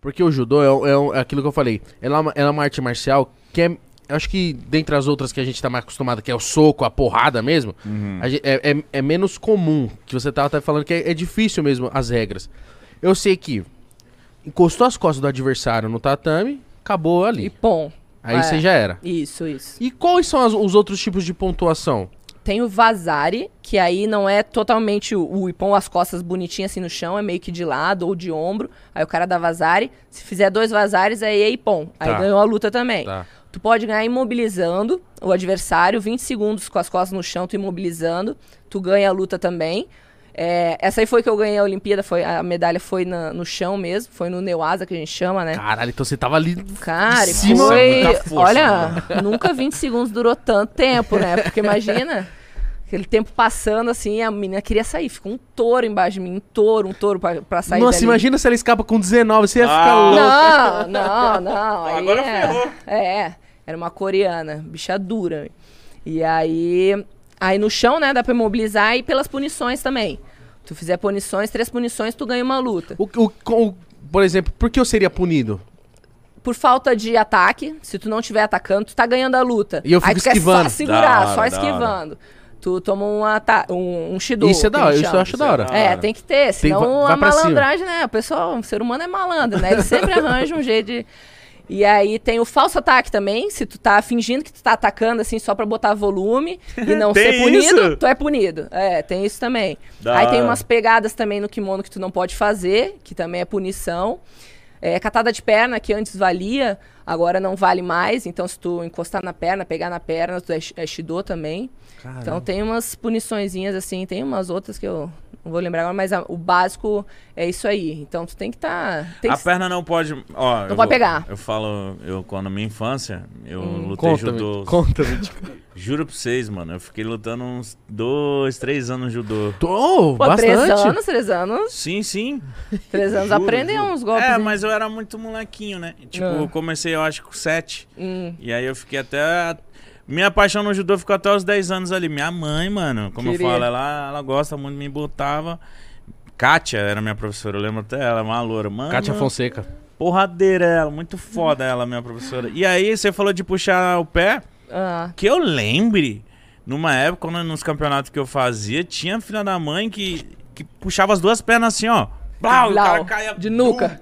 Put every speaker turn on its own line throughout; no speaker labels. Porque o judô é, um- é um- é aquilo que eu falei. Ela, é uma- ela é uma arte marcial que é. eu Acho que dentre as outras que a gente tá mais acostumado, que é o soco, a porrada mesmo, a gen- é, é- é menos comum. Que você tava até falando que é, é difícil mesmo as regras. Eu sei que encostou as costas do adversário no tatame, acabou ali.
E bom.
Aí
é.
você já era.
Isso, isso.
E quais são as- os outros tipos de pontuação?
Tem o Vazari, que aí não é totalmente o, o Ipon, as costas bonitinhas assim no chão, é meio que de lado ou de ombro. Aí o cara dá Vazari. Se fizer dois Vazares, aí é Ipon. Aí
Tá.
ganhou a luta também.
Tá.
Tu pode ganhar imobilizando o adversário, 20 segundos com as costas no chão, tu imobilizando. Tu ganha a luta também. É, essa aí foi que eu ganhei a Olimpíada, foi, a medalha foi na- no chão mesmo, foi no Neuasa que a gente chama, né?
Caralho, então você tava ali.
Cara,
Em cima, né?
foi.
muita força,
olha, nunca 20 segundos durou tanto tempo, né? Porque imagina. Aquele tempo passando assim, a menina queria sair. Ficou um touro embaixo de mim, um touro, um touro pra, pra sair
Nossa,
dali.
imagina se ela escapa com 19, você ia ficar
Ah.
louco.
Não, não, não. aí
Agora
é,
ferrou.
É, era uma coreana, bicha dura. E aí, aí no chão, né, dá pra imobilizar e pelas punições também. Tu fizer punições, três punições, tu ganha uma luta.
O, o- com- o- por exemplo, por que eu seria punido?
Por falta de ataque, se tu não estiver atacando, tu tá ganhando a luta.
E eu fico
aí tu quer
esquivando.
só segurar,
Da hora,
só
da
esquivando. Tu toma um, ata- um, um shido.
isso é da
que
hora,
eles
isso eu
chamam.
acho da hora.
Isso
É,
Claro.
tem que ter, senão
va-
a
vai pra cima.
malandragem, né? O pessoal, o ser humano é malandro, né? Ele sempre arranja um jeito de. E aí tem o falso ataque também, se tu tá fingindo que tu tá atacando assim só pra botar volume e não
Tem
ser punido,
isso?
tu é punido. É, tem isso também.
Da
aí tem
hora.
umas pegadas também no kimono que tu não pode fazer, que também é punição. É, catada de perna, que antes valia, agora não vale mais. Então, se tu encostar na perna, pegar na perna, tu é, shi- é Shido também.
Ah, né?
Então, tem umas puniçõezinhas assim, tem umas outras que eu não vou lembrar agora, mas a- o básico é isso aí. Então, tu tem que estar. Tá, tem
A
que-
perna não pode. Ó, não
pode pegar. Hum.
Eu falo, eu quando na minha infância, eu lutei
Conta-me,
judô.
conta-me.
Juro pra vocês, mano, eu fiquei lutando uns dois, três anos judô.
Tô,
Pô,
bastante.
três anos, três anos.
Sim, sim.
Três anos
Juro,
aprendeu
juro.
uns golpes.
É,
hein?
mas eu era muito molequinho, né? Tipo,
Ah.
eu comecei, eu acho, com sete.
Hum.
E aí eu fiquei até. Minha paixão no judô ficou até os 10 anos ali. Minha mãe, mano, como
Queria.
eu falo, ela, ela gosta muito, me botava. Kátia era minha professora, eu lembro até ela, é uma loura. Mano,
Kátia é Fonseca.
porradeira ela, muito foda ela, minha professora. E aí você falou de puxar o pé.
Ah,
Que eu lembre, numa época, quando- nos campeonatos que eu fazia, tinha filha da mãe que, que puxava as duas pernas assim, ó. Blau, o cara
Lau,
caia
de nuca.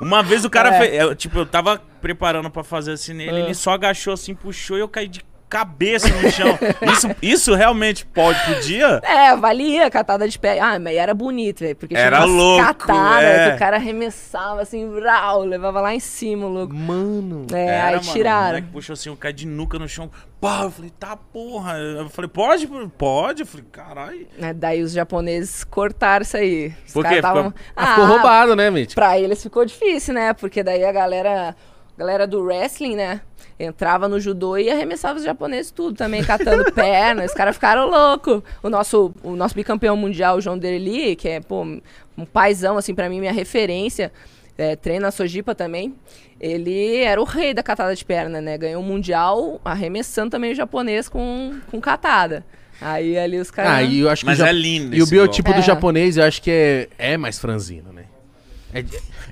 uma vez o cara
É. Ah.
fez. eu, tipo, eu tava preparando pra fazer assim nele, ele só agachou assim, puxou e eu caí de cabeça no chão. isso, isso realmente pode, podia?
É, valia, catada de pé. Ah, mas era bonito, velho. Porque
Era
umas
louco,
catadas
é.
né, que o cara arremessava assim, vrau, levava lá em cima o louco.
Mano.
É,
Era,
aí
mano, O
tiraram.
moleque puxou assim, eu caí de nuca no chão. Pá, eu falei, tá porra. Eu falei, pode? Pode. Eu falei, caralho.
Né, Daí os japoneses cortaram isso aí. Os
Por
caras
quê?
tavam-
Ficou-
Ah, ficou roubado, né, Mitch?
Pra eles ficou difícil, né? Porque daí a galera, a galera do wrestling, né? Entrava no judô e arremessava os japoneses tudo também, catando perna. Os caras ficaram loucos. O nosso, o nosso bicampeão mundial, o João Derli, que é, pô, um paizão, assim, pra mim, minha referência, é, treina a Sojipa também. Ele era o rei da catada de perna, né? Ganhou o mundial arremessando também o japonês com, com catada. Aí ali os caras...
Ah, e eu acho que
Mas
o ja-
é lindo.
E o
esse
biotipo
golpe.
do
É.
japonês eu acho que é, é mais franzino, né? É,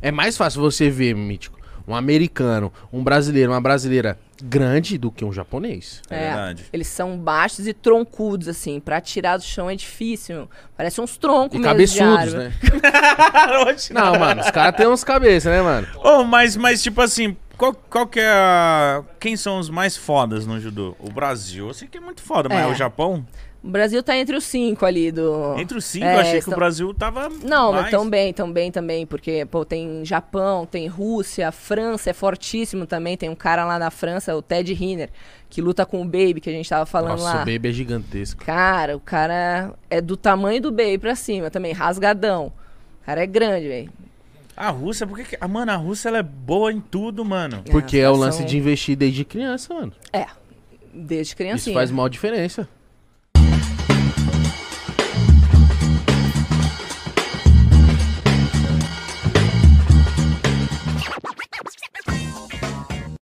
é mais fácil você ver, Mítico, um americano, um brasileiro, uma brasileira grande do que um japonês.
golpe. É verdade.
Eles são baixos e troncudos, assim. Pra tirar do chão é difícil. meu. Parece uns troncos
E
mesmo.
cabeçudos,
de árvore.
né? Não, mano, os caras têm uns cabeças, né, mano?
Oh, mas, mas tipo assim, qual, qual que é a... Quem são os mais fodas no judô? O Brasil, eu sei que é muito foda, mas
É.
é o Japão?
O Brasil tá entre os cinco ali do.
Entre os cinco,
É,
eu achei
eles
que o
tão-
Brasil tava
Não,
mais.
mas então tão bem, tão bem também, porque pô, tem Japão, tem Rússia, França é fortíssimo também. Tem um cara lá na França, o Ted Riner, que luta com o Baby, que a gente tava falando
Nossa,
lá.
o baby é gigantesco.
Cara, o cara é do tamanho do Baby pra cima também, rasgadão. O cara é grande, velho.
A Rússia, por que que... Ah, mano, a Rússia, ela é boa em tudo, mano.
Porque
as
é o
pessoas
lance
são-
de investir desde criança, mano.
É, desde criancinha.
Isso faz mal diferença.